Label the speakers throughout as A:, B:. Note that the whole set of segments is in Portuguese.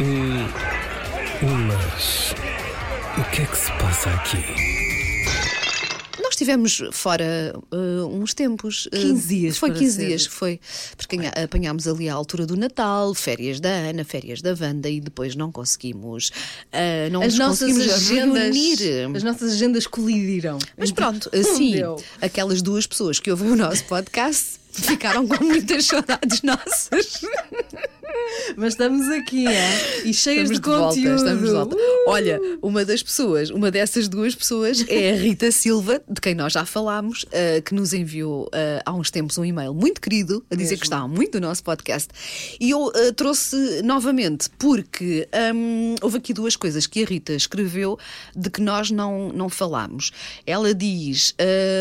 A: Hum, mas o que é que se passa aqui?
B: Nós estivemos fora eh, uns tempos. eh,
C: 15 dias,
B: Foi
C: para
B: 15
C: ser.
B: dias, foi. Porque ganha- apanhámos ali a altura do Natal, férias da Ana, férias da Wanda e depois não conseguimos. ah, não
C: As
B: nos
C: nossas,
B: conseguimos
C: agendas,
B: reunir.
C: as nossas agendas colidiram.
B: Mas pronto,
C: Não
B: assim,
C: deu.
B: aquelas duas pessoas que ouvem o nosso podcast ficaram com muitas saudades nossas.
C: Mas estamos aqui, é? E
B: Estamos
C: cheias
B: de
C: de
B: volta,
C: conteúdo.
B: estamos de volta.
C: Uh!
B: Olha, uma das pessoas, uma dessas duas pessoas é a Rita Silva, de quem nós já falámos, eh, que nos enviou eh, há uns tempos um e-mail muito querido a dizer
C: Mesmo.
B: que gostava muito do nosso podcast. E eu eh, trouxe novamente porque hum, houve aqui duas coisas que a Rita escreveu de que nós não, não falámos. Ela diz,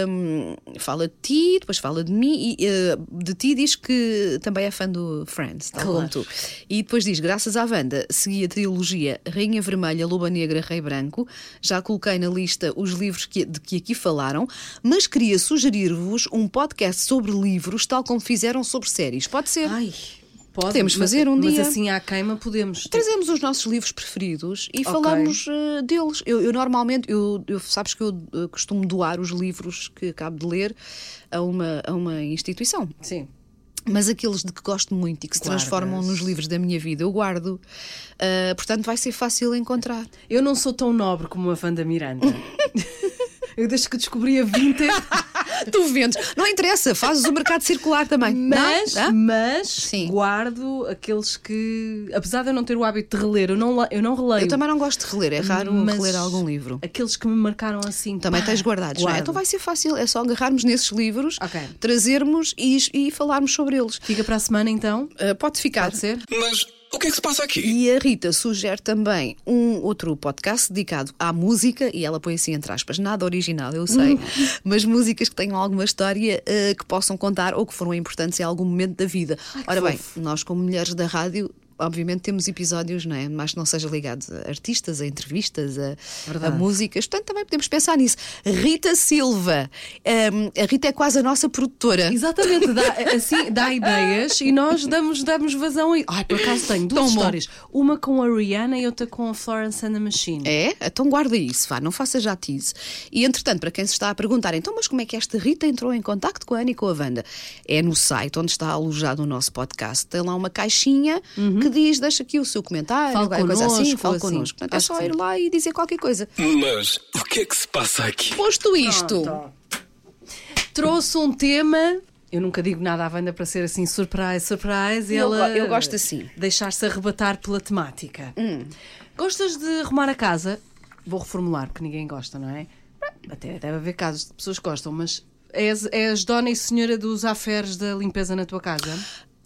B: hum, fala de ti, depois fala de mim, e eh, de ti diz que também é fã do Friends, tal como
C: Claro.
B: tu. E depois diz: Graças à Wanda, segui a trilogia Rainha Vermelha, Luba Negra, Rei Branco. Já coloquei na lista os livros que, de que aqui falaram, mas queria sugerir-vos um podcast sobre livros, tal como fizeram sobre séries. Pode ser?
C: Ai, pode,
B: Podemos
C: mas-
B: fazer um dia.
C: Mas assim à queima podemos.
B: Trazemos os nossos livros preferidos e falamos eh, deles. Eu, eu normalmente, eu, eu- sabes que eu eh, costumo doar os livros que acabo de ler a uma, a uma instituição.
C: tipo, Sim.
B: Mas aqueles de que gosto muito e que se
C: Guardas.
B: transformam nos livros da minha vida, eu guardo. Ah, portanto, vai ser fácil encontrar.
C: Eu não sou tão nobre como a Wanda Miranda. Eu desde que descobri a Vinter,
B: tu vendes. Não interessa, fazes o mercado circular também. Não?
C: mas,
B: Hã?
C: mas
B: Sim.
C: guardo aqueles que, apesar de eu não ter o hábito de reler, eu não, la- eu não releio.
B: Eu também não gosto de reler, é raro
C: Mas
B: reler algum livro.
C: Aqueles que me marcaram assim.
B: Também
C: pá,
B: tens guardados, não é?
C: guardo.
B: Então vai ser fácil, é só agarrarmos nesses livros,
C: Ok.
B: trazermos e, e falarmos sobre eles.
C: Fica para a semana então,
B: Ah, pode ficar.
C: pode ser?
A: Mas o que é que se passa aqui?
B: E a Rita sugere também um outro podcast dedicado à música, e ela põe assim entre aspas, nada original, eu sei, mas músicas que tenham alguma história eh, que possam contar ou que foram importantes em algum momento da vida. Ora bem, nós, como mulheres da rádio, obviamente temos episódios, não é? Mas que não sejam ligados a artistas, a entrevistas, a, a
C: Verdade.
B: músicas, portanto também podemos pensar nisso. Rita Silva, Hum, a Rita é quase a nossa produtora.
C: Exatamente, dá, assim, dá ideias e nós damos, damos vazão a. Ai, por acaso tenho duas
B: Tão bom.
C: histórias. Uma com a Rihanna e outra com a Florence and the Machine.
B: É? Então guarda isso, vá, não faça já tease. E entretanto, para quem se está a perguntar, então, mas como é que esta Rita entrou em contacto com a Ana e com a Wanda? É no site onde está alojado o nosso podcast. Tem lá uma caixinha que diz: deixa aqui o seu comentário,
C: Uhum. Fala
B: qualquer coisa
C: connosco,
B: assim, fala
C: assim.
B: connosco. Portanto, é
C: Acho
B: só
C: que
B: ir
C: sim.
B: lá e dizer qualquer coisa.
A: Mas o que é que se passa aqui?
B: Posto isto,
C: Trouxe um tema. Eu nunca digo nada à Wanda para ser assim surprise, surprise. e
B: Eu
C: ela
B: go- eu gosto assim. Hum.
C: Deixar-se arrebatar pela temática. Gostas de arrumar a casa? Vou reformular, porque ninguém gosta, não é? Até deve haver casos de pessoas que gostam, mas és, és dona e senhora dos aferes da limpeza na tua casa?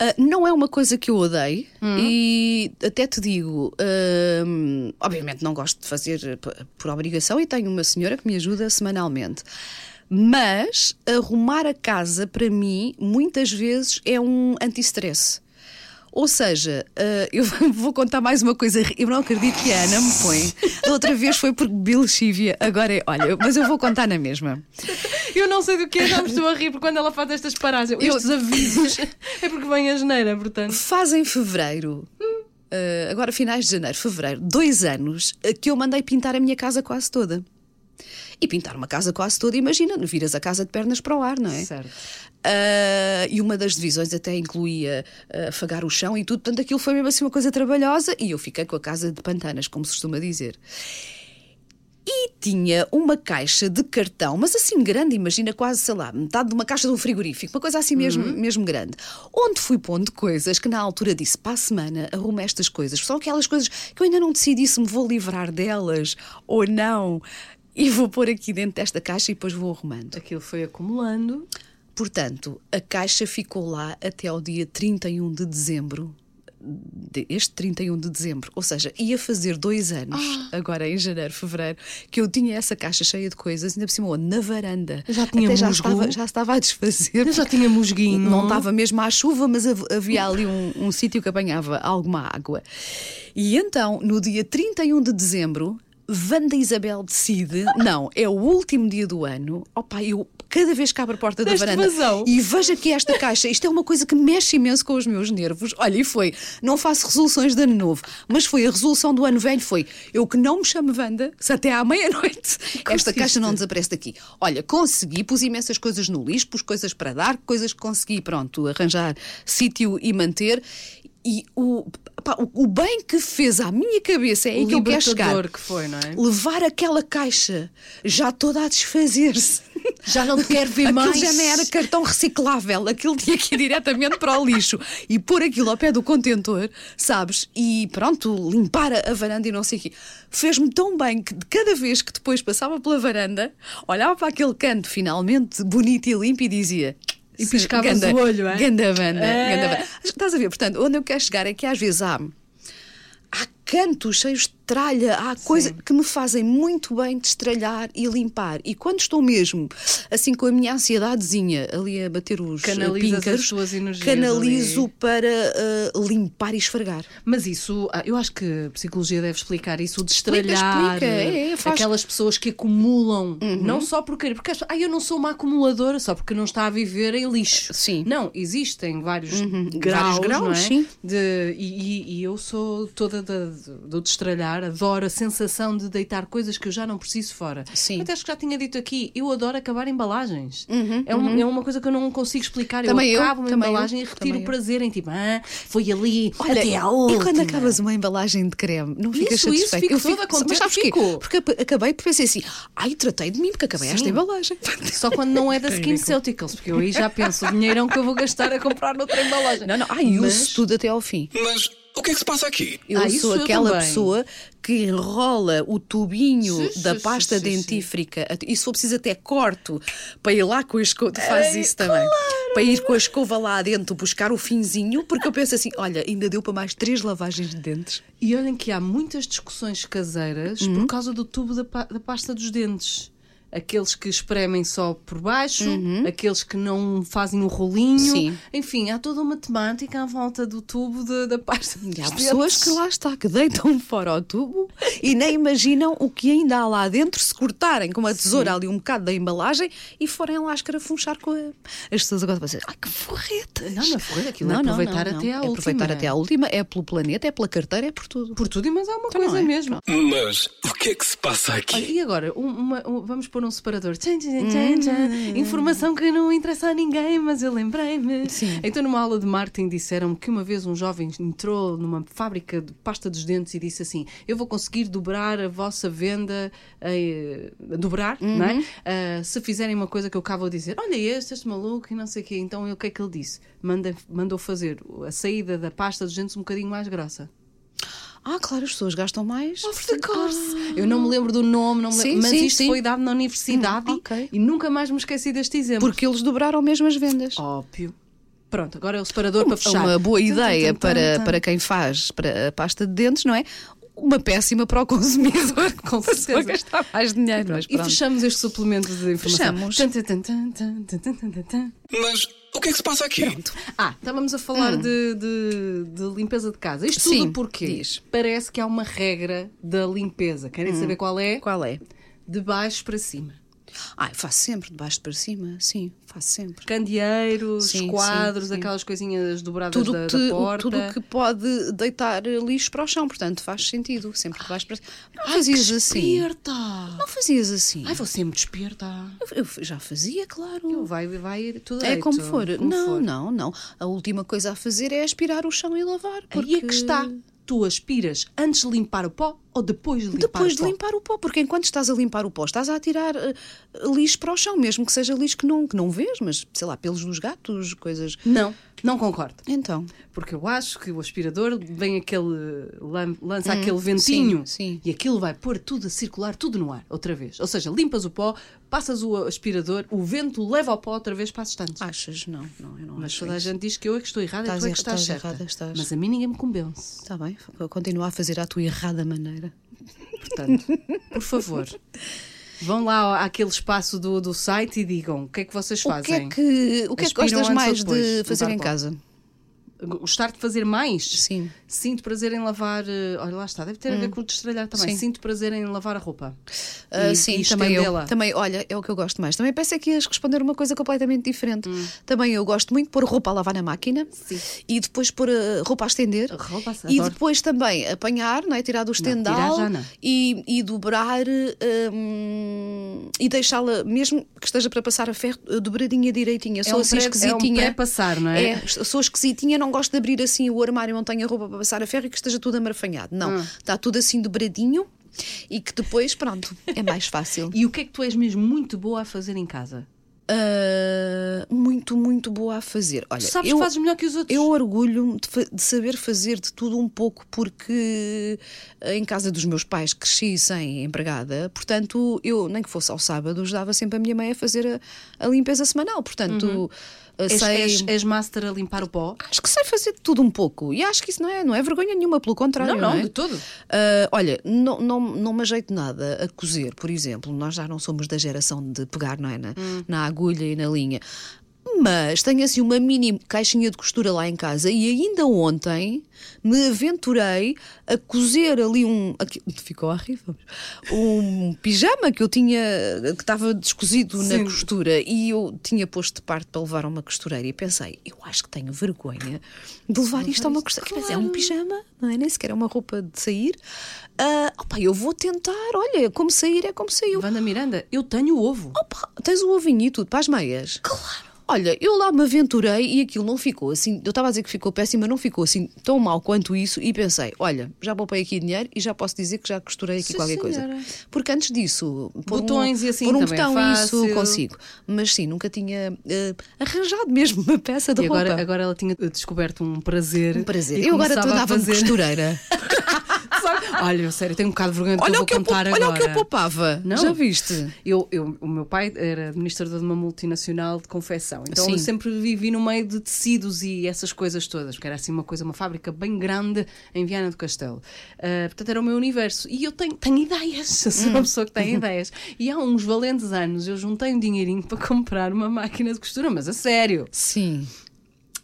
B: ah, não é uma coisa que eu odeio e até te digo: hum, obviamente não gosto de fazer p- por obrigação e tenho uma senhora que me ajuda semanalmente. Mas arrumar a casa, para mim, muitas vezes é um anti-stress. Ou seja, ah, eu vou contar mais uma coisa. Eu não acredito que a Ana me põe. Da outra vez foi por bilexívia. Agora, é- olha, mas eu vou contar na mesma.
C: Eu não sei do que é, já me estou a rir porque quando ela faz estas paragens,
B: Eu-
C: estes avisos, é porque vem a geneira, portanto.
B: Faz em fevereiro. eh, agora, finais de janeiro, fevereiro, dois anos eh, que eu mandei pintar a minha casa quase toda. E pintar uma casa quase toda, imagina, viras a casa de pernas para o ar, não é?
C: Certo.
B: Ah, e uma das divisões até incluía ah, afagar o chão e tudo, portanto aquilo foi mesmo assim uma coisa trabalhosa e eu fiquei com a casa de pantanas, como se costuma dizer. E tinha uma caixa de cartão, mas assim grande, imagina quase, sei lá, metade de uma caixa de um frigorífico, uma coisa assim mesmo, mesmo grande, onde fui pondo coisas que na altura disse para a semana arrumo estas coisas, são aquelas coisas que eu ainda não decidi se me vou livrar delas ou não. E vou pôr aqui dentro desta caixa e depois vou arrumando.
C: Aquilo foi acumulando.
B: Portanto, a caixa ficou lá até ao dia 31 de dezembro. de- Este 31 de dezembro, ou seja, ia fazer dois anos,
C: Ah.
B: agora em janeiro, fevereiro, que eu tinha essa caixa cheia de coisas, ainda por cima, na varanda.
C: Já tinha
B: Até já
C: musgo?
B: estava, já estava a desfazer.
C: Eu já tinha musguinho.
B: Não estava mesmo à chuva, mas hav- havia ali um, um sítio que apanhava alguma água. E então, no dia 31 de dezembro, Vanda Isabel decide, não, é o último dia do ano. Opa, eu cada vez que abro a porta da
C: Deste
B: varanda
C: vazão.
B: e vejo aqui esta caixa, isto é uma coisa que mexe imenso com os meus nervos. Olha, e foi, não faço resoluções de ano novo, mas foi a resolução do ano velho, foi eu que não me chamo Vanda, se até à meia-noite esta caixa não desaparece daqui. Olha, consegui, pus imensas coisas no lixo, pus coisas para dar, coisas que consegui, pronto, arranjar sítio e manter. E o, pá, o, o bem que fez à minha cabeça é aí
C: O
B: que eu quero chegar
C: libertador que foi, não é?
B: levar aquela caixa já toda a desfazer-se.
C: Já não te quero ver
B: aquilo
C: mais.
B: já não era cartão é reciclável, aquilo tinha que ir diretamente para o lixo e pôr aquilo ao pé do contentor, sabes? E pronto, limpar a a varanda e não sei o quê. Fez-me tão bem que de cada vez que depois passava pela varanda, olhava para aquele canto finalmente bonito e limpo e dizia.
C: E piscavas
B: "Ganda-
C: o olho, é?
B: Ganda banda,
C: É.
B: ganda banda. Estás a ver, portanto, onde eu quero chegar é que às vezes há há cantos cheios de tralha, há coisas que me fazem muito bem destralhar e limpar. E quando estou mesmo assim com a minha ansiedadezinha ali a bater os eh,
C: Canalizas as
B: píncaros,
C: tuas energias
B: canalizo
C: ali.
B: para eh, limpar e esfregar.
C: Mas isso, ah, eu acho que a psicologia deve explicar isso, o destralhar.
B: explica, é, é, faz- Uhum.
C: Aquelas pessoas que acumulam, não só por querer, porque as- ah, eu não sou uma acumuladora só porque não está a viver em lixo.
B: Ah, Sim. Uhum.
C: Não, existem vários
B: Graus,
C: graus, não é?
B: graus, sim.
C: De- e, e- e eu sou toda da- do destralhar, adoro a sensação de deitar coisas que eu já não preciso fora.
B: Sim.
C: Eu Até acho que já tinha dito aqui, eu adoro acabar embalagens. é, um- é uma coisa que eu não consigo explicar.
B: Uhum, Também eu,
C: eu acabo uma
B: também eu,
C: embalagem e retiro
B: também
C: o
B: eu.
C: prazer em tipo, ah, foi ali,
B: Olha,
C: até à
B: e
C: última.
B: quando acabas uma embalagem de creme, não ficas
C: Isso, isso,
B: satisfeito?
C: fico toda
B: mas
C: contente,
B: sabes porquê?
C: fico.
B: Porque ap- acabei por pensar assim, ai, tratei de mim porque acabei esta
C: Sim.
B: embalagem.
C: Só quando não é da SkinCeuticals, porque eu aí já penso o dinheirão que eu vou gastar a comprar noutra embalagem.
B: Não, não, ai, uso tudo até ao fim.
A: Mas o que é que se passa aqui?
B: Eu
C: Ah, isso
B: sou
C: eu
B: aquela
C: também.
B: pessoa que enrola o tubinho
C: Sim,
B: da
C: sim,
B: pasta
C: sim, sim,
B: dentífrica até- e se for preciso até corto para ir lá com a escova. Tu fazes isso também. Para ir com a escova lá dentro buscar o finzinho, porque eu penso assim: olha, ainda deu para mais três lavagens de dentes.
C: E olhem que há muitas discussões caseiras por causa do tubo da, pa- da pasta dos dentes. Aqueles que espremem só por baixo, aqueles que não fazem o rolinho.
B: Sim.
C: Enfim, há toda uma temática à volta do tubo de- da pasta dos
B: E há
C: dentes.
B: pessoas que lá está, que deitam fora o tubo e nem imaginam o que ainda há lá dentro se cortarem com uma tesoura ali um bocado da embalagem e forem lá escarafunchar com a... As pessoas agora vão dizer, ai que forretas!
C: Não, não é forreta, aquilo é aproveitar até à
B: É aproveitar
C: última.
B: até à última, é pelo planeta, é pela carteira, é por tudo.
C: Por tudo e mais alguma coisa
B: é.
C: mesmo.
A: Mas o que é que se passa
C: Olha,
A: aqui?
C: e agora, um- uma- um- vamos pôr um separador. Tchan, tchan, tchan, tchan. Informação que não interessa a ninguém, mas eu lembrei-me. Então, numa aula de marketing, disseram que uma vez um jovem entrou numa fábrica de pasta dos dentes e disse assim: Eu vou conseguir dobrar a vossa venda, eh, dobrar, não é? Ah, se fizerem uma coisa que eu cá vou dizer: Olha, este, este maluco e não sei o quê. Então, eu- o que é que ele disse? Mandem- mandou fazer a saída da pasta dos dentes um bocadinho mais grossa.
B: Ah, claro, as pessoas gastam mais.
C: Of the course. Eu não me lembro do nome, não me lembro,
B: Sim,
C: mas
B: sim,
C: isto
B: sim.
C: foi dado na universidade
B: Hum, ok.
C: e nunca mais me esqueci deste exemplo.
B: Ah, Porque eles dobraram mesmo as vendas.
C: Óbvio. Pronto, agora é o separador para
B: É
C: fechar.
B: uma boa
C: Tum, tum,
B: ideia
C: tum,
B: para,
C: tum,
B: para quem faz para a pasta de dentes, não é? Uma péssima para o consumidor.
C: Com
B: Para
C: certeza.
B: gastar mais dinheiro, mas
C: E
B: pronto.
C: fechamos este suplemento de informação.
B: Fechamos.
C: Tum, tum, tum, tum, tum, tum, tum, tum, tum, tum.
A: Mas o que é que se passa aqui?
C: Ah, estávamos a falar de, de- de limpeza de casa. Isto
B: Hum. Sim,
C: tudo porque
B: diz. Hum.
C: parece que há uma regra da limpeza. Querem saber qual é?
B: Qual é?
C: De baixo para cima.
B: Ah, eu faço sempre, de baixo para cima. Sim, faço sempre.
C: Candeeiros,
B: Sim, sim,
C: quadros,
B: sim.
C: aquelas coisinhas dobradas
B: Tudo
C: da,
B: que,
C: da
B: te- o-
C: porta.
B: tudo que pode deitar lixo para o chão, portanto faz sentido. Sempre de baixo para cima. Não fazias assim.
C: Desperta!
B: Não fazias assim.
C: Ai, você me desperta.
B: Eu eu já fazia, claro.
C: Vai, vai ir tudo
B: É como for. não,
C: não.
B: não, não. A última coisa a fazer é aspirar o chão e lavar. Porque
C: Aí é que está. Tu aspiras antes de limpar o pó ou depois de limpar
B: Depois
C: o
B: de
C: pó?
B: limpar o pó, porque enquanto estás a limpar o pó, estás a atirar eh, lixo para o chão, mesmo que seja lixo que não, que não vês, mas sei lá, pelos dos gatos, coisas.
C: Não, não concordo.
B: Então,
C: Porque eu acho que o aspirador vem aquele. lan- lança aquele ventinho
B: Hum, sim.
C: e aquilo vai pôr tudo a circular, tudo no ar, outra vez. Ou seja, limpas o pó, passas o aspirador, o vento leva o pó outra vez para as estantes.
B: achas? Não, não, eu Ah, não
C: Mas
B: acho.
C: toda a gente diz que eu é que estou errada
B: Estás
C: e tu é
B: erra-
C: que estás,
B: estás
C: certa.
B: errada, estás.
C: Mas a mim ninguém me convence.
B: Está Tá bem, continua a fazer à tua errada maneira.
C: Portanto, por favor, vão lá àquele espaço do, do site e digam o que é que vocês
B: O que
C: fazem.
B: é que, o que, é que gostas
C: Aspiram antes ou
B: mais
C: depois
B: de
C: de
B: fazer
C: limpar
B: em
C: o pó?
B: casa?
C: Gostar de fazer mais.
B: Sim. Hum.
C: Sinto prazer em lavar. eh, Olha, lá está. Deve ter a ver com o destralhar também.
B: Sim.
C: Sinto prazer em lavar a roupa.
B: Ah,
C: E-
B: sim,
C: e
B: também eu.
C: estendê-la.
B: Também, olha, é o que eu gosto mais. Também pensei que ias responder uma coisa completamente diferente.
C: Hum.
B: Também eu gosto muito de pôr roupa a lavar na máquina e depois pôr ah, roupa a estender.
C: A roupa, se
B: e
C: adoro.
B: depois também apanhar, não é? Tirar do
C: tirar
B: estendal
C: já não.
B: e, e dobrar hum, e deixá-la, mesmo que esteja para passar a ferro, ah, dobradinha direitinha. Sou
C: um
B: assim
C: pré- é um
B: esquisitinha.
C: pré-passar, não é?
B: Sou esquisitinha, não gosto de abrir assim o armário onde tenho a roupa para passar a ferro e que esteja tudo amarfanhado. Não,
C: Hum.
B: está tudo assim dobradinho e que depois, pronto, é mais fácil.
C: E o que é que tu és mesmo muito boa a fazer em casa?
B: Ah, muito, muito boa a fazer. Olha,
C: Tu sabes
B: eu,
C: que fazes melhor que os outros.
B: eu orgulho-me de, fa- de saber fazer de tudo um pouco, porque ah, em casa dos meus pais cresci sem empregada, portanto, eu, nem que fosse ao sábado, ajudava sempre a minha mãe a fazer a, a limpeza semanal. Portanto, ah,
C: Uhum. És,
B: sei.
C: és, és master a limpar o pó?
B: Acho que sei fazer de tudo um pouco. E acho que isso não é, não é vergonha nenhuma, pelo contrário.
C: Não,
B: Não,
C: não,
B: é?
C: de todo.
B: Ah, olha, não, não, não me ajeito nada a cozer, por exemplo. Nós já não somos da geração de pegar, não é? Na,
C: Hum.
B: na agulha e na linha. Mas tenho assim uma mini caixinha de costura lá em casa e ainda ontem me aventurei a cozer ali um. aqui- ficou horrível. Um pijama que eu tinha. que estava descozido na
C: Sim.
B: costura costura e eu tinha posto de parte para levar a uma costureira e pensei, eu acho que tenho vergonha de levar isto a uma costureira. Mas é um pijama, não é? Nem sequer é uma roupa de sair. Ah, opa, eu vou tentar, olha, como sair é como saiu.
C: Vanda Miranda, eu tenho ovo.
B: Opa, tens o ovinho e tudo para as meias. Claro. Olha, eu lá me aventurei e aquilo não ficou assim. Eu estava a dizer que ficou péssimo, mas não ficou assim tão mal quanto isso. E pensei, olha, já poupei aqui dinheiro e já posso dizer que já costurei aqui
C: Sim,
B: qualquer
C: senhora.
B: coisa. Porque antes disso, pôr
C: Botões
B: um,
C: e assim
B: pôr um
C: também é
B: botão
C: fácil.
B: isso consigo. Mas sim, nunca tinha eh, arranjado mesmo uma peça de
C: E
B: roupa.
C: agora, agora ela tinha eh, descoberto um prazer.
B: Um prazer.
C: e
B: Eu agora
C: começava
B: toda
C: a
B: a fazer...
C: fazer.
B: costureira.
C: Sabe? Olha, eu sério, tenho um bocado de vergonha do que
B: olha,
C: eu
B: o
C: vou
B: que eu, pou-
C: contar agora.
B: olha o que eu poupava.
C: Não.
B: Já viste?
C: Eu, eu- o meu pai era administrador de uma multinacional de confecção, então
B: Sim.
C: eu sempre vivi no meio de tecidos e essas coisas todas, porque era assim uma coisa, uma fábrica bem grande em Viana do Castelo. Ah, portanto, era o meu universo. E eu tenho, tenho ideias, eu sou uma pessoa que tem ideias. E há uns valentes anos eu juntei um dinheirinho para comprar uma máquina de costura, mas a sério.
B: Sim.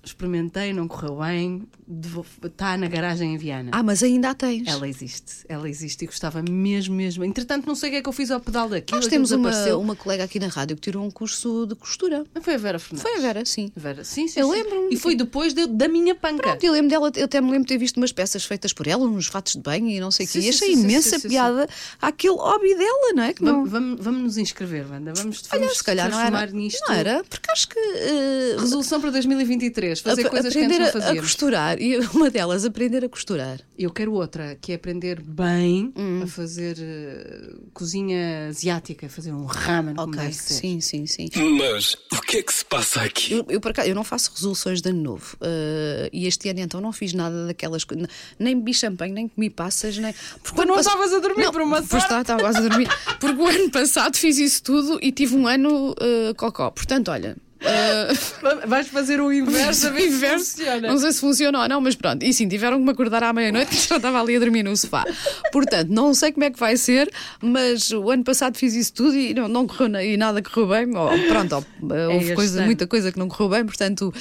C: Experimentei, não correu bem, devo- está na garagem em Viana.
B: Ah, mas ainda a tens.
C: Ela existe, ela existe e gostava mesmo, mesmo. Entretanto, não sei o que é que eu fiz ao pedal daquilo.
B: Nós
C: aquilo
B: temos uma, um-
C: desapareceu.
B: uma colega aqui na rádio que tirou um curso de costura.
C: Não Foi a Vera Fernandes.
B: Foi a Vera, sim.
C: Vera, sim, sim.
B: Eu
C: sim.
B: lembro-me.
C: E foi depois de- da minha panca.
B: Pronto, eu lembro dela, eu até me lembro de ter visto umas peças feitas por ela, uns fatos de banho e não sei o quê.
C: Sim,
B: E
C: sim,
B: achei
C: sim, sim,
B: imensa
C: sim, sim,
B: piada àquele hobby dela, não é? Que não...
C: Vamos, vamos, vamos nos inscrever, Wanda. Vamos,
B: Olha,
C: vamos
B: se calhar não
C: transformar
B: era.
C: nisto.
B: Não era, porque acho que. eh,
C: Resolução para 2023, fazer
B: ap-
C: coisas que antes
B: aprender
C: não
B: a- a
C: fazíamos.
B: costurar. E uma delas, aprender a costurar.
C: Eu quero outra, que é aprender bem
B: Hum.
C: a fazer eh, cozinha asiática, fazer um ramen, como
B: Ok,
C: deve ser.
B: sim, sim, sim.
A: Mas o que é que se passa aqui?
B: Eu, eu, por acaso, eu não faço resoluções de ano novo. eh, e este ano então não fiz nada daquelas coisas. Nem bebi champanhe, nem comi passas, nem. Porque
C: não estavas a dormir por uma
B: Pois está, estava quase a dormir. Porque o ano passado fiz isso tudo e tive um ano eh, cocó. Portanto, olha. eh,
C: Va- Vais fazer o inverso, a ver se funciona.
B: Não sei se funciona ou não, mas pronto. E sim, tiveram que me acordar à meia-noite porque já estava ali a dormir no sofá. Portanto, não sei como é que vai ser, mas o ano passado fiz isso tudo e não, não correu na- e nada correu bem. Ou, pronto, ou, eh, houve
C: É este
B: coisa,
C: ano.
B: muita coisa que não correu bem, portanto.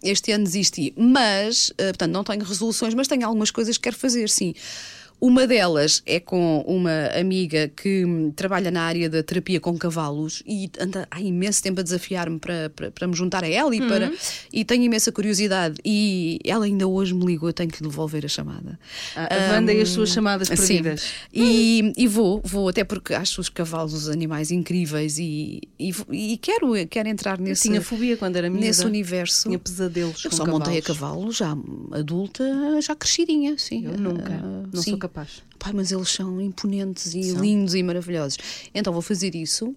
B: Este ano desisti, mas, eh, portanto, não tenho resoluções, mas tenho algumas coisas que quero fazer, sim. Uma delas é com uma amiga que hum, trabalha na área da terapia com cavalos e anda há imenso tempo a desafiar-me para, para, para me juntar a ela e, para, e tenho imensa curiosidade. E ela ainda hoje me ligou, eu tenho que devolver a chamada.
C: A, a Wanda
B: Hum,
C: e as suas chamadas
B: Sim.
C: perdidas.
B: E, e vou, vou, até porque acho os cavalos os animais incríveis e, e, vou- e quero, quero entrar
C: Eu
B: nesse,
C: tinha fobia quando era miúda.
B: nesse universo.
C: Tinha pesadelos
B: Eu
C: com
B: só montei a cavalo já adulta, já crescidinha, sim.
C: Eu nunca,
B: Ah,
C: não
B: sim.
C: sou capaz.
B: Pai, mas eles são imponentes e lindos e maravilhosos. Então vou fazer isso.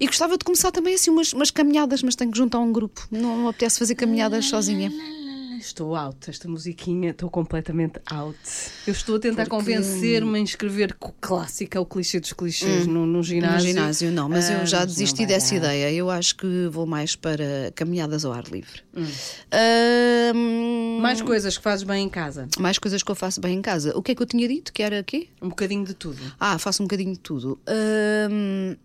B: E gostava de começar também assim umas, umas caminhadas, mas tenho que juntar um grupo. Não me apetece fazer caminhadas
C: Ah,
B: sozinha.
C: Estou out, esta musiquinha, estou completamente out. Eu estou a tentar
B: Porque-
C: convencer-me a inscrever co- clássica, o clichê dos clichês, no, no
B: Hum. No
C: ginásio.
B: ginásio, não, mas
C: Ah,
B: eu já
C: não
B: desisti
C: vai
B: dessa
C: dar.
B: ideia. Eu acho que vou mais para caminhadas ao ar livre.
C: Hum.
B: Ahm,
C: Mais coisas que fazes bem em casa,
B: mais coisas que eu faço bem em casa. O que é que eu tinha dito? Que era quê?
C: um bocadinho de tudo.
B: Ah, faço um bocadinho de tudo. Hum,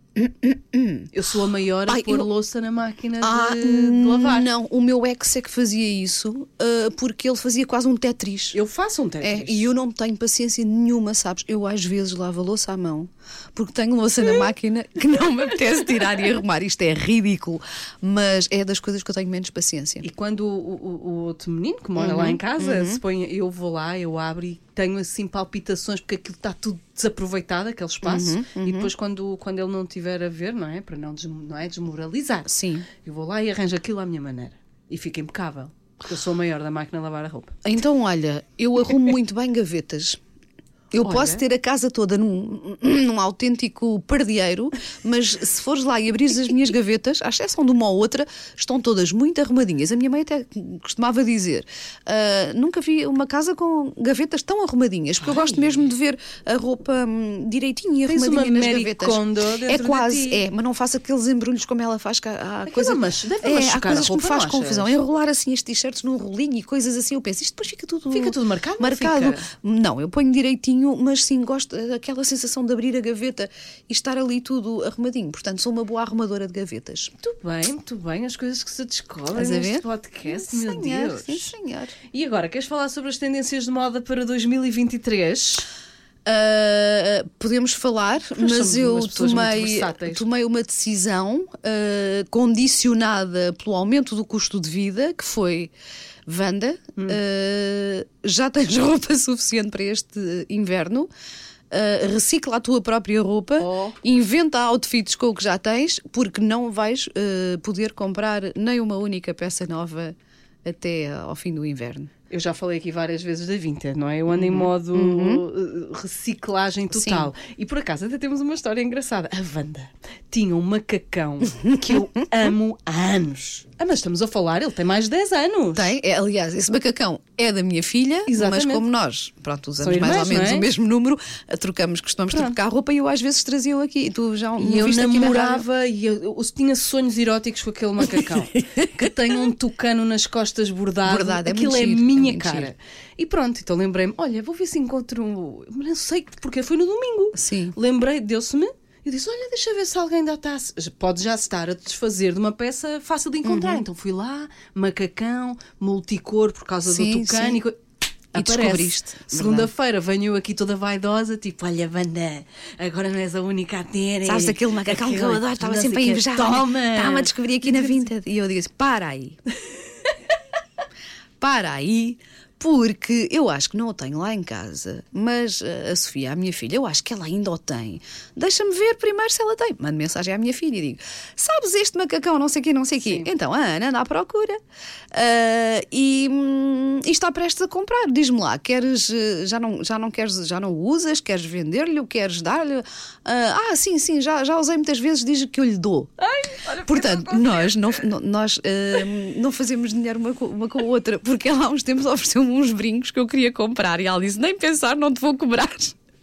C: Eu sou a maior a
B: Ai,
C: pôr
B: eu-
C: louça na máquina
B: Ah,
C: de, de lavar.
B: não, o meu ex é que fazia isso ah, porque ele fazia quase um Tetris.
C: Eu faço um
B: É,
C: Tetris.
B: e eu não tenho paciência nenhuma, sabes? Eu às vezes lavo a louça à mão porque tenho louça na máquina que não me apetece tirar e arrumar. Isto é ridículo, mas é das coisas que eu tenho menos paciência.
C: E quando o, o- o outro menino que mora
B: Uhum,
C: lá em casa se põe, eu vou lá, eu abro e tenho assim palpitações porque aquilo está tudo desaproveitado, aquele espaço.
B: Uhum,
C: E depois, quando, quando ele não tiver a ver, não é? Para não, des- não é, desmoralizar,
B: Sim.
C: eu vou lá e arranjo aquilo à minha maneira. E fica impecável. Porque eu sou a maior da máquina a lavar a roupa.
B: Então, olha, eu arrumo muito bem gavetas. Eu
C: Olha.
B: posso ter a casa toda num, num autêntico pardieiro, mas se fores lá e abrires as minhas gavetas, à exceção de uma ou outra, estão todas muito arrumadinhas. A minha mãe até costumava dizer: "Ah, nunca vi uma casa com gavetas tão arrumadinhas, porque eu gosto mesmo de ver a roupa hum, direitinha e
C: Tens
B: arrumadinha
C: uma
B: nas
C: Marie
B: gavetas.
C: Kondo
B: é
C: dentro de
B: quase,
C: ti.
B: é, mas não faço aqueles embrulhos como ela faz. Que há, há
C: Aquilo
B: coisa,
C: amacho- deve
B: é, há
C: amachucar a
B: coisas que me
C: roupa,
B: faz
C: não achas?
B: confusão. Enrolar assim as t-shirts num rolinho e coisas assim, eu penso, isto depois fica tudo.
C: Fica tudo marcado, não
B: Marcado.
C: fica?
B: Não, eu ponho direitinho, mas sim, gosto daquela sensação de abrir a gaveta e estar ali tudo arrumadinho. Portanto, sou uma boa arrumadora de gavetas.
C: Muito bem, muito bem, as coisas que se descobrem
B: Estás a
C: neste
B: ver?
C: podcast,
B: Sim,
C: meu
B: senhor,
C: Deus.
B: Sim, senhor.
C: E agora, queres falar sobre as tendências de moda para 2023?
B: Ah, podemos falar,
C: somos
B: mas eu
C: umas pessoas muito
B: tomei,
C: versáteis.
B: tomei uma decisão ah, condicionada pelo aumento do custo de vida, que foi Wanda,
C: Hum.
B: ah, já tens roupa suficiente para este inverno. ah, recicla a tua própria roupa,
C: Oh.
B: inventa outfits com o que já tens, porque não vais ah, poder comprar nem uma única peça nova até ao fim do inverno.
C: Eu já falei aqui várias vezes da Vinted, não é? Eu ando em modo uh, reciclagem total. E por acaso até temos uma história engraçada. A Wanda tinha um macacão que eu amo há anos. Ah, mas estamos a falar, ele tem mais de 10 anos.
B: Tem, é, aliás, esse macacão é da minha filha,
C: Exatamente.
B: mas como nós, pronto, usamos
C: São
B: mais ou
C: irmãs,
B: menos
C: não é?
B: o mesmo número, a trocamos, costumamos trocar roupa e eu às vezes trazia-o aqui. E tu já me
C: E eu
B: viste aqui na rádio.
C: namorava e eu, eu tinha sonhos eróticos com aquele macacão que tem um tucano nas costas bordado.
B: Bordado, é
C: Aquilo
B: muito
C: é
B: giro, é
C: minha
B: muito
C: cara.
B: giro.
C: E pronto, então lembrei-me: olha, vou ver se encontro. um- Mas Não sei porque foi no domingo.
B: Sim.
C: Lembrei, deu-se-me. Eu disse: Olha, deixa ver se alguém ainda está. a se- já- Pode já estar a desfazer de uma peça fácil de
B: Uhum.
C: encontrar. Então fui lá, macacão, multicor por causa
B: Sim,
C: do tucano
B: sim.
C: e co-
B: E
C: Aparece.
B: descobriste,
C: Segunda-feira venho eu aqui toda vaidosa, tipo, olha, Wanda, agora não és a única a ter.
B: Sabes É, aquele macacão que eu
C: É, Aquele-
B: adoro, estava
C: não
B: sempre a
C: sei quê.
B: invejar.
C: Toma!
B: Estava a descobrir aqui na Vinted. E eu disse: para aí. para aí. Porque eu acho que não o tenho lá em casa, mas eh, a Sofia, a minha filha, eu acho que ela ainda o tem. Deixa-me ver primeiro se ela tem. Mando mensagem à minha filha e digo: Sabes este macacão, não sei o quê, não sei o quê. Então a Ana anda à procura Ah, e, hum, e está prestes a comprar. Diz-me lá: queres, eh, já não, já não queres, já não o usas, queres vender-lhe, queres dar-lhe? Ah, ah, sim, sim, já, já usei muitas vezes, diz que eu lhe dou. Portanto, nós, não, não- nós hum, não fazemos dinheiro uma com, uma com a outra, porque ela há uns tempos ofereceu-me uns brincos que eu queria comprar e ela disse: Nem pensar, não te vou cobrar.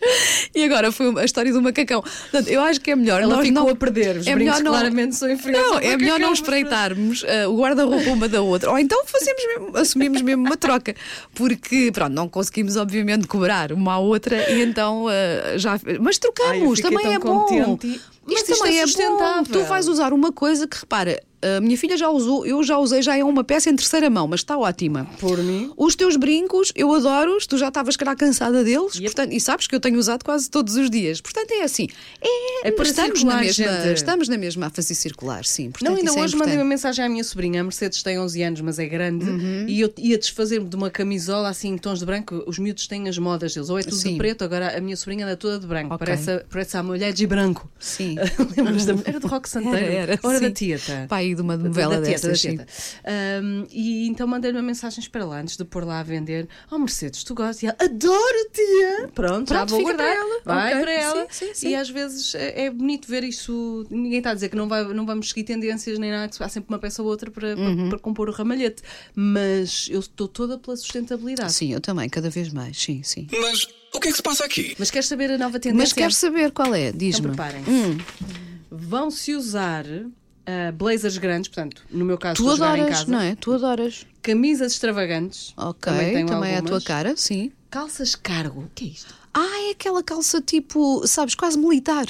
B: E agora foi a história do macacão. Portanto, eu acho que é melhor.
C: Ela
B: nós
C: ficou
B: não-
C: a perder. Os brincos claramente são inferiores
B: Não,
C: ao
B: é melhor
C: macacão,
B: não
C: mas
B: espreitarmos ah, o guarda-roupa uma da outra. Ou então fazemos mesmo- assumimos mesmo uma troca. Porque, pronto, não conseguimos, obviamente, cobrar uma à outra e então ah, já. Mas
C: Ai, eu
B: trocamos,
C: fiquei
B: também
C: tão
B: é bom.
C: contente. Mas isto é
B: bom.
C: sustentável.
B: Tu vais usar uma coisa que, repara, a minha filha já usou, eu já usei, já é uma peça em terceira mão, mas está ótima.
C: Por mim.
B: Os teus brincos, eu adoro-os, tu já estavas, calhar, cansada deles,
C: é
B: portanto, e sabes que eu tenho usado quase todos os dias. Portanto, é assim. É,
C: É para
B: estamos,
C: circular,
B: na mesma,
C: gente.
B: estamos na mesma a fazer circular, sim. Portanto,
C: Não, ainda
B: isso é
C: hoje mandei uma
B: importante.
C: mensagem à minha sobrinha. A Mercedes tem 11 anos, mas é grande. E eu ia desfazer-me de uma camisola assim em tons de branco. Os miúdos têm as modas deles. Ou é tudo
B: Sim.
C: de preto, agora a minha sobrinha anda toda de branco.
B: Ok.
C: Parece, a- parece a mulher de branco.
B: Sim.
C: Lembras da Era do Rock Santeiro.
B: Era, era,
C: Hora da
B: sim.
C: Tieta.
B: Pá, aí de uma
C: Da-
B: novela
C: da tieta,
B: dessas,
C: da
B: sim.
C: tieta. Ahm, e então mandei-lhe uma mensagem, espera lá, antes de pôr lá a vender. Oh, Mercedes, tu gostas? E ela, adoro, tia! Pronto, já
B: Pronto,
C: vou
B: fica
C: guardar.
B: para ela.
C: Vai
B: Ok.
C: para ela.
B: Sim, sim, sim.
C: E às vezes é, é bonito ver isso. Ninguém está a dizer que não, vai, não vamos seguir tendências nem nada, que há sempre uma peça ou outra para, para-
B: Uhum.
C: para compor o ramalhete. Mas eu estou toda pela sustentabilidade.
B: Ah, Sim, eu também, cada vez mais, sim, sim.
A: Mas o que é que se passa aqui?
C: Mas queres saber a nova tendência?
B: Mas quero saber qual é,
C: Então
B: diz-me.
C: preparem-se. Vão-se usar ah, blazers grandes, portanto, no meu caso,
B: tu
C: estou a jogar em
B: adoras,
C: casa.
B: não é? Tu adoras.
C: Camisas extravagantes.
B: Ok, também,
C: Também, tenho
B: é a tua
C: algumas.
B: cara, sim.
C: Calças cargo. O que é isto?
B: Ah, é aquela calça tipo, sabes, quase militar.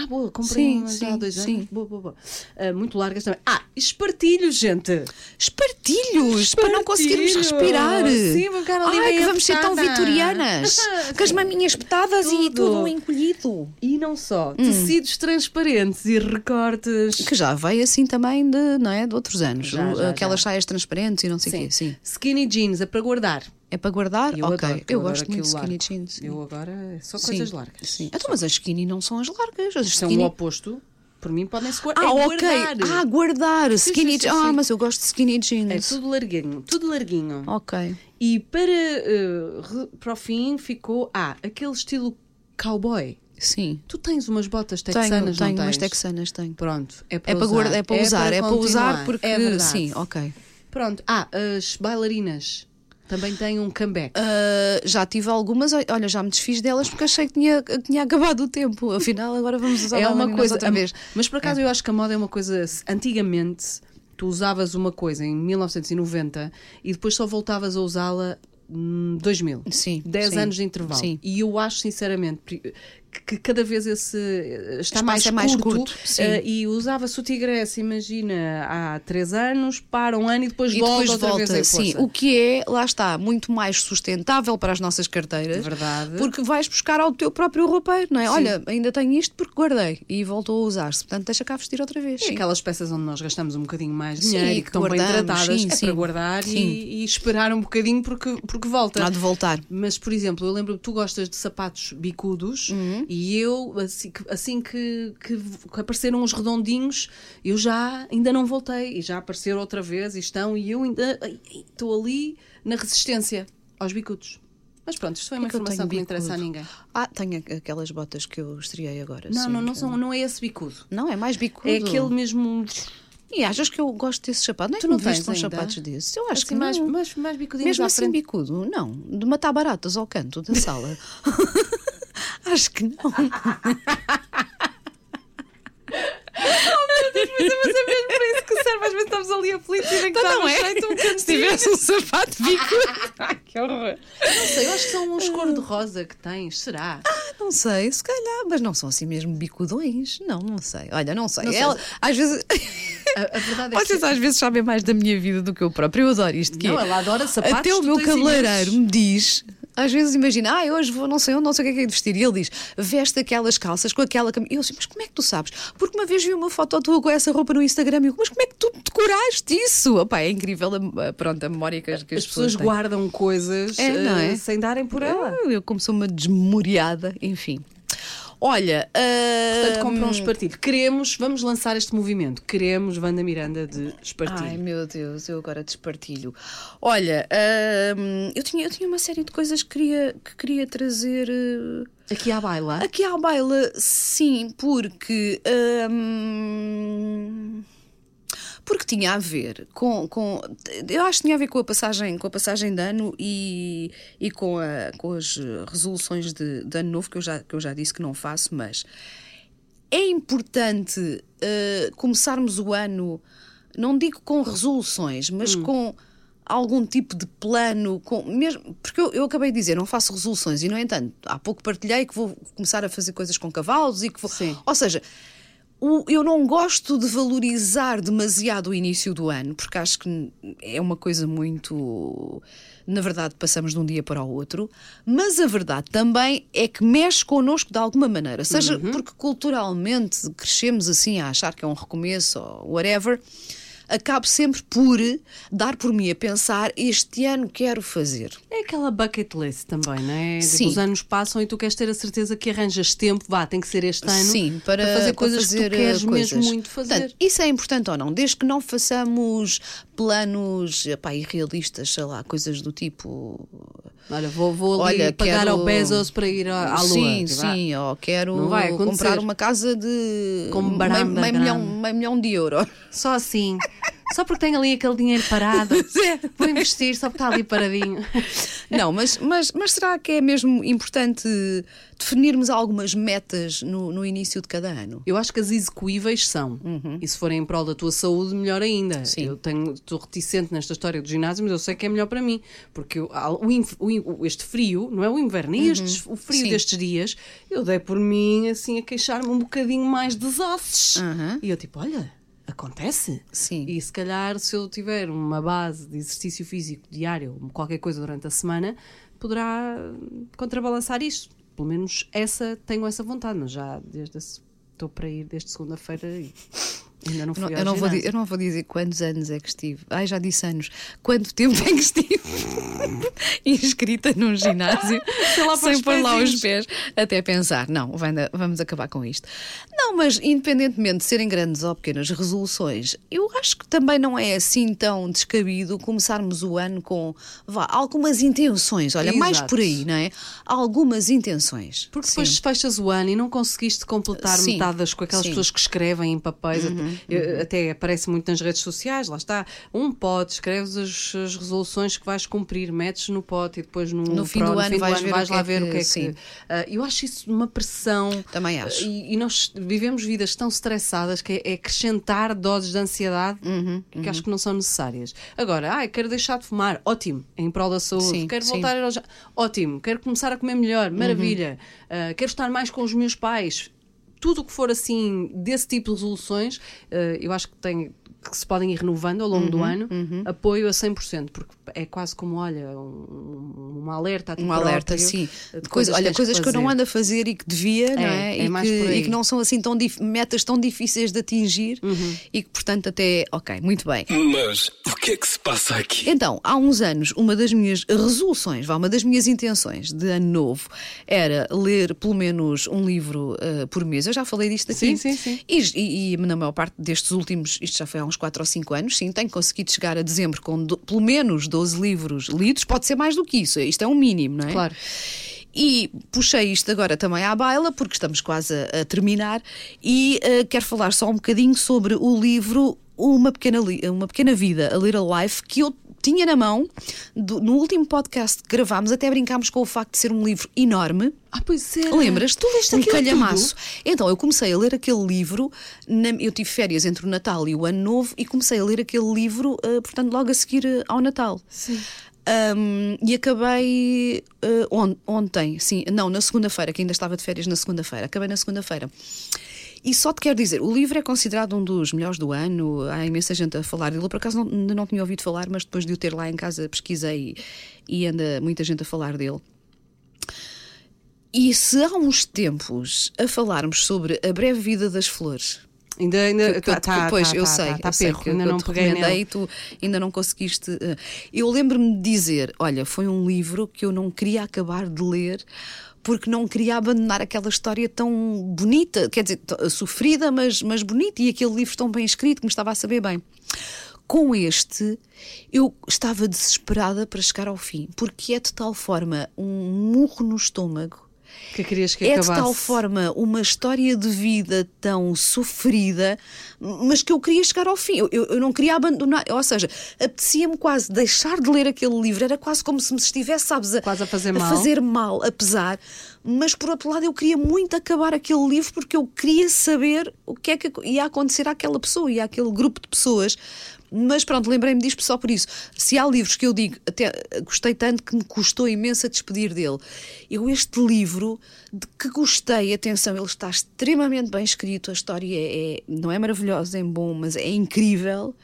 C: Ah, boa, comprei
B: Sim,
C: umas há
B: sim,
C: dois
B: sim.
C: anos. Boa, boa, boa. Ah, muito largas também. Ah, espartilhos, gente.
B: Espartilhos, para não conseguirmos
C: Espartilhos.
B: respirar.
C: Sim, vou ficar ali
B: Ai,
C: bem
B: que vamos ser tão
C: apertada.
B: vitorianas. com as
C: Sim.
B: maminhas petadas e
C: Tudo.
B: tudo encolhido.
C: E não
B: Hum.
C: só. Tecidos transparentes e recortes.
B: Que já veio assim também de, não é, de outros anos.
C: Já,
B: O-
C: já,
B: Aquelas saias transparentes e não sei o quê. Sim.
C: Skinny jeans, é para guardar.
B: É para guardar?
C: Eu
B: ok.
C: adoro,
B: eu
C: adoro
B: gosto muito de
C: aquilo
B: skinny
C: largo.
B: jeans. sim.
C: Eu agora é só
B: Sim.
C: coisas largas.
B: Sim. Então, mas as skinny não são as largas. As
C: São
B: skinny...
C: o oposto. Por mim podem-se guardar.
B: Ah,
C: é
B: ok.
C: guardar.
B: Ah, guardar. Skinny
C: sim,
B: jeans. Ah,
C: sim.
B: mas eu gosto de skinny
C: É
B: jeans.
C: tudo larguinho, tudo larguinho.
B: Ok.
C: E para, eh, re- para o fim ficou, ah, aquele estilo cowboy.
B: Sim.
C: Tu tens umas botas texanas,
B: Tenho,
C: não
B: tenho
C: tens?
B: umas texanas, tenho.
C: Pronto, é para
B: É para,
C: usar.
B: guardar, é para usar, é para usar
C: continuar,
B: porque.
C: é verdade.
B: sim, ok.
C: Pronto, ah, as bailarinas também têm um comeback.
B: Ah, já tive algumas, ol- olha, já me desfiz delas porque achei que tinha, que tinha acabado o tempo. Afinal, agora vamos usar
C: é uma
B: bailarinas
C: coisa,
B: outra vez.
C: mas por acaso eu acho que a moda é uma coisa, se- antigamente tu usavas uma coisa em 1990 e depois só voltavas a usá-la hum, em 2000.
B: Sim,
C: 10
B: sim.
C: anos de intervalo.
B: Sim.
C: E eu acho, sinceramente, pri- que- que cada vez esse eh, está
B: Espaço
C: mais,
B: é mais
C: curto.
B: curto, sim.
C: eh, e usava-se o tigresse, imagina, há 3 anos, para um ano e depois
B: E
C: volta
B: depois
C: outra vez
B: volta,
C: em
B: sim.
C: força.
B: O que é, lá está, muito mais sustentável para as nossas carteiras.
C: Verdade.
B: Porque vais buscar ao teu próprio roupeiro, não é? Olha, ainda tenho isto porque guardei e voltou a usar-se. Portanto, deixa cá vestir outra vez.
C: E
B: sim.
C: aquelas peças onde nós gastamos um bocadinho mais
B: Sim,
C: dinheiro e
B: que
C: que estão bem
B: guardamos,
C: tratadas
B: sim,
C: é
B: sim.
C: para guardar e-
B: Sim.
C: E, esperar um bocadinho porque, porque volta.
B: Há de voltar.
C: Mas, por exemplo, eu lembro que tu gostas de sapatos bicudos
B: Uhum.
C: e eu, assim, que, assim que, que v- que apareceram uns redondinhos, eu já ainda não voltei e já apareceram outra vez e estão e eu ainda ai, ai, estou ali na resistência aos bicudos. Mas pronto, isto foi uma
B: É que eu
C: informação
B: tenho
C: que não
B: bicudo?
C: interessa a ninguém.
B: Ah, tenho aqu- aquelas botas que eu estreiei agora.
C: Não,
B: sim,
C: não, não,
B: que-
C: são, não é esse bicudo.
B: Não, é mais bicudo.
C: É aquele mesmo.
B: E achas que eu gosto desses sapatos? Nem
C: Tu
B: é que me
C: não tens
B: visto uns
C: ainda?
B: sapatos desses. Eu acho
C: assim,
B: que
C: mais,
B: não.
C: mais, mais bicudinhos
B: Mesmo
C: à
B: assim,
C: frente.
B: bicudo, não. De matar baratas ao canto da sala. acho que
C: Oh,
B: não.
C: Mas é mesmo para isso que serve, às vezes estamos ali aflitos e nem
B: Então
C: que dá um jeito um bocadinho.
B: é. tivesse um sapato bicudo.
C: Ai, que horror. Não sei, eu acho que são
B: Ah.
C: uns cor-de-rosa que tens, será?
B: Não sei, se calhar, mas não são assim mesmo bicudões. Não, não sei. Olha, não sei.
C: Não sei.
B: Ela, às vezes.
C: A, a verdade é
B: Vocês
C: que...
B: às vezes sabem mais da minha vida do que eu própria. Eu adoro isto. Que
C: Não,
B: é-
C: ela adora sapatos,
B: Até o
C: tu
B: meu
C: tens
B: cabeleireiro
C: imensos.
B: me diz. Às vezes imagina, ah, eu hoje vou, não sei onde, não sei o que é que é de vestir. E ele diz, veste aquelas calças com aquela camisa. Eu assim, mas como é que tu sabes? Porque uma vez vi uma foto tua com essa roupa no Instagram e eu, mas como é que tu decoraste isso? Opá, é incrível a, a- pronto, a memória que as, que
C: As pessoas
B: têm.
C: guardam coisas
B: É, não
C: eh,
B: é?
C: sem darem por ela.
B: Ah, Eu, como sou uma desmemoriada, enfim. Olha, ah,
C: Portanto, compram um espartilho. Queremos, vamos lançar este movimento. Queremos Wanda Miranda de
B: Ai
C: espartilho.
B: meu Deus, eu agora despartilho. Olha, hum, eu, tinha, eu tinha uma série de coisas que queria, que queria trazer eh,
C: Aqui à baila.
B: aqui à baila, sim, porque. hum, porque tinha a ver com, com. Eu acho que tinha a ver com a passagem, com a passagem de ano e, e com, a- com as eh, resoluções de, de ano novo, que eu, já, que eu já disse que não faço, mas é importante eh, começarmos o ano, não digo com resoluções, mas com algum tipo de plano, com, mesmo, porque eu, eu acabei de dizer, não faço resoluções, e no entanto, há pouco partilhei que vou começar a fazer coisas com cavalos e que vou.
C: Sim.
B: Ou seja, o- eu não gosto de valorizar demasiado o início do ano, porque acho que n- é uma coisa muito. Na verdade, passamos de um dia para o outro, mas a verdade também é que mexe connosco de alguma maneira, seja porque culturalmente crescemos assim a achar que é um recomeço ou whatever. Acabo sempre por dar por mim a pensar: este ano quero fazer.
C: É aquela bucket list também, não é? Tipo,
B: Sim.
C: os anos passam e tu queres ter a certeza que arranjas tempo, vá, tem que ser este ano,
B: Sim, para,
C: fazer
B: para
C: coisas que
B: fazer,
C: tu queres
B: eh,
C: mesmo
B: coisas.
C: muito fazer.
B: Portanto, isso é importante ou não? Desde que não façamos planos epá, irrealistas, sei lá, coisas do tipo.
C: Olha, vou, vou ali
B: Olha,
C: pagar
B: quero-
C: ao Bezos para ir à, à Lua.
B: sim,
C: Tipo, ah,
B: sim, ou quero
C: Não vai acontecer.
B: comprar uma casa de
C: Com
B: meio,
C: baranda
B: meio milhão,
C: grande.
B: meio milhão de euros.
C: Só assim. Só porque tem ali aquele dinheiro parado. Vou investir só porque está ali paradinho.
B: Não, mas, mas, mas será que é mesmo importante definirmos algumas metas no, no início de cada ano?
C: Eu acho que as execuíveis são. E se forem em prol da tua saúde, melhor ainda.
B: Uhum. Sim.
C: Eu tenho, estou reticente nesta história do ginásio, mas eu sei que é melhor para mim. Porque eu- há o inf- o in- o- este frio, não é o inverno, é estes- o frio
B: Uhum. Sim.
C: destes dias, eu dei por mim assim a queixar-me um bocadinho mais dos ossos.
B: Uhum.
C: E eu tipo, olha, acontece.
B: Sim.
C: E se calhar, se eu tiver uma base de exercício físico diário, qualquer coisa durante a semana, poderá contrabalançar isto. Pelo menos essa tenho essa vontade, mas já desde a se- estou para ir desde segunda-feira e ainda não fui
B: Não,
C: ao
B: eu, não vou, di-
C: ginásio.
B: eu não vou dizer quantos anos é que estive. Ai, já disse anos. Quanto tempo é que estive inscrita num ginásio
C: Sei lá, para
B: sem
C: os
B: pôr lá os pés
C: pezinhos.
B: até pensar, não, Wanda, vamos acabar com isto. Não, mas independentemente de serem grandes ou pequenas resoluções, eu acho que também não é assim tão descabido começarmos o ano com vá, algumas intenções. Olha, mais
C: Exato.
B: por aí, não é? Algumas intenções.
C: Porque depois fechas o ano e não conseguiste completar
B: Sim.
C: metade das coisas, aquelas
B: Sim. Uhum,
C: pessoas que escrevem em papéis, até, eh, até aparece muito nas redes sociais, lá está, um pote, escreves as, as resoluções que vais cumprir, metes no pote e depois no,
B: No fim
C: pro-
B: do ano vais ver o que
C: lá
B: é
C: ver o
B: que-
C: que é que...
B: sim.
C: Ah, eu acho isso uma pressão.
B: Também acho.
C: E, e nós vivemos vidas tão estressadas que é, é acrescentar doses de ansiedade
B: Uhum,
C: que acho que não são necessárias. Agora, ah, eu quero deixar de fumar, ótimo, em prol da saúde.
B: Sim,
C: quero
B: sim.
C: voltar ao ja- ótimo. Quero começar a comer melhor, maravilha.
B: Uhum.
C: Ah, quero estar mais com os meus pais. Tudo o que for assim, desse tipo de resoluções, ah, eu acho que tem que se podem ir renovando ao longo
B: Uhum,
C: do ano, apoio a 100%, porque é quase como, olha, um, um alerta a ti
B: Um
C: próprio,
B: alerta, sim.
C: de
B: De coisa, olha,
C: tens
B: coisas que, eu não
C: fazer.
B: ando a fazer e que devia, não é?
C: é
B: e,
C: mais
B: que,
C: por aí.
B: e que não são assim tão dif- metas tão difíceis de atingir
C: Uhum.
B: e que, portanto, até. Ok, muito bem.
A: Mas o que é que se passa aqui?
B: Então, há uns anos, uma das minhas resoluções, vá, uma das minhas intenções de ano novo era ler pelo menos um livro eh, por mês. Eu já falei disto aqui.
C: Sim, sim, sim.
B: E, e- e na maior parte destes últimos, isto já foi há uns 4 ou 5 anos, sim, tenho conseguido chegar a dezembro com do- pelo menos 12 livros lidos. Pode ser mais do que isso, isto é um mínimo, não é?
C: Claro.
B: E puxei isto agora também à baila, porque estamos quase a, a terminar, e eh, quero falar só um bocadinho sobre o livro Uma Pequena, Li- Uma Pequena Vida, A Little Life, que eu tinha na mão do- no último podcast que gravámos, até brincámos com o facto de ser um livro enorme.
C: Ah, pois é.
B: Lembras?
C: Tu leste
B: um
C: aquilo
B: calhamaço. Então, eu comecei a ler aquele livro. na- eu tive férias entre o Natal e o Ano Novo e comecei a ler aquele livro, eh, portanto, logo a seguir eh, ao Natal.
C: Sim.
B: Ahm, e acabei eh, on- ontem, sim, não, na segunda-feira, que ainda estava de férias na segunda-feira. Acabei na segunda-feira. E só te quero dizer, o livro é considerado um dos melhores do ano, há imensa gente a falar dele. Eu, por acaso não- ainda não tinha ouvido falar, mas depois de o ter lá em casa pesquisei e anda muita gente a falar dele. E se há uns tempos a falarmos sobre a breve vida das flores,
C: tudo. Ainda, ainda. tá,
B: que- que- pois, eu sei,
C: Está
B: eu sei
C: perro,
B: que
C: ainda
B: eu
C: não
B: te
C: peguei
B: recomendei
C: nele.
B: e tu ainda não conseguiste. eh, Eu lembro-me de dizer: olha, foi um livro que eu não queria acabar de ler porque não queria abandonar aquela história tão bonita, quer dizer, t- sofrida, mas, mas bonita, e aquele livro tão bem escrito que me estava a saber bem. Com este, eu estava desesperada para chegar ao fim, porque é de tal forma um murro no estômago
C: Que querias que
B: é
C: acabasse.
B: de tal forma uma história de vida tão sofrida, mas que eu queria chegar ao fim. Eu, eu- eu não queria abandonar, ou seja, apetecia-me quase deixar de ler aquele livro. Era quase como se me estivesse, sabes, a,
C: Quase a fazer mal.
B: fazer mal, apesar. Mas por outro lado, eu queria muito acabar aquele livro porque eu queria saber o que é que ac- ia acontecer àquela pessoa e àquele grupo de pessoas. Mas pronto, lembrei-me disto só por isso. Se há livros que eu digo, até eh, gostei tanto que me custou imenso a despedir dele. Eu, este livro, de que gostei, atenção, ele está extremamente bem escrito, a história é, não é maravilhosa em bom, mas é incrível.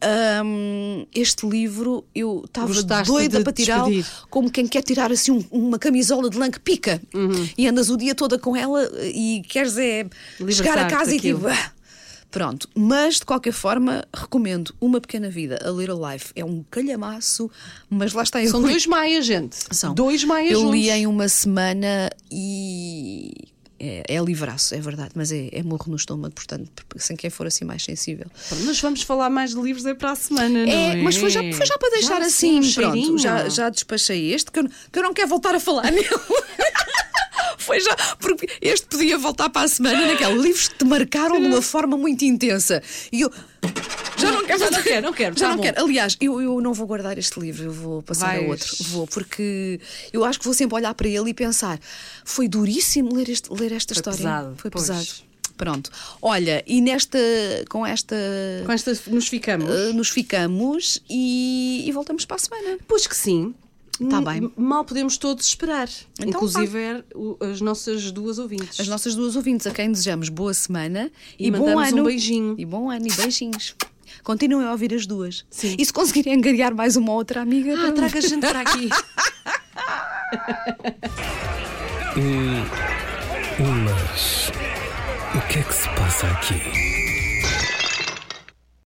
B: Ahm, este livro eu estava
C: Gostaste
B: doida
C: de
B: para tirá-lo
C: despedir.
B: como quem quer tirar assim um- uma camisola de lã que pica
C: Uhum.
B: e andas o dia todo com ela e queres é chegar a
C: Libertar-te
B: casa
C: daquilo.
B: e tipo. "Ah!" Pronto, mas de qualquer forma recomendo Uma Pequena Vida, A Little Life. É um calhamaço, mas lá está eu.
C: São
B: li-
C: dois maias, gente.
B: São.
C: Dois maias
B: Eu
C: juntos.
B: li em uma semana e. É, é livraço, é verdade, mas é, é morro no estômago, portanto, sem quem for assim mais sensível.
C: Mas vamos falar mais de livros é para a semana, não é?
B: É, mas foi já, foi já para deixar
C: Já,
B: assim,
C: um cheirinho.
B: pronto, já, já despachei este, que eu, que eu não quero voltar a falar nele. Foi já, porque este podia voltar para a semana naquela. Livros que te marcaram de uma forma muito intensa. E eu. Já não quero.
C: Já não quero, não quero,
B: Já
C: tá
B: não
C: bom.
B: quero. Aliás, eu, eu não vou guardar este livro, eu vou passar
C: Vais-
B: a outro. Vou, porque eu acho que vou sempre olhar para ele e pensar: foi duríssimo ler, este- ler esta
C: Foi
B: história.
C: pesado,
B: foi
C: pois.
B: pesado. Pronto. Olha, e nesta. com esta.
C: Com esta nos ficamos.
B: eh, nos ficamos e, e voltamos para a semana.
C: Pois que sim. Hum,
B: Tá
C: M-
B: bem.
C: Mal podemos todos esperar.
B: Então
C: Inclusive é o- as nossas duas ouvintes.
B: As nossas duas ouvintes, a quem desejamos boa semana
C: E
B: e, bom
C: mandamos um
B: ano.
C: beijinho.
B: E bom ano e beijinhos. Continuem a ouvir as duas.
C: Sim.
B: E se conseguirem angariar mais uma outra amiga. para-
C: Ah, traga gente para aqui.
A: Ulas. O que é que se passa aqui?